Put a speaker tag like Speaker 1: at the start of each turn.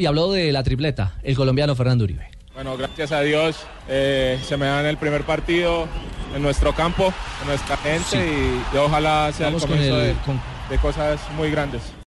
Speaker 1: Y habló de la tripleta, el colombiano Fernando Uribe.
Speaker 2: Bueno, gracias a Dios eh, se me dan el primer partido en nuestro campo, en nuestra gente
Speaker 1: Sí.
Speaker 2: y, y ojalá sea
Speaker 1: Vamos
Speaker 2: el
Speaker 1: con
Speaker 2: comienzo
Speaker 1: el-
Speaker 2: de-
Speaker 1: con-
Speaker 2: de cosas muy grandes.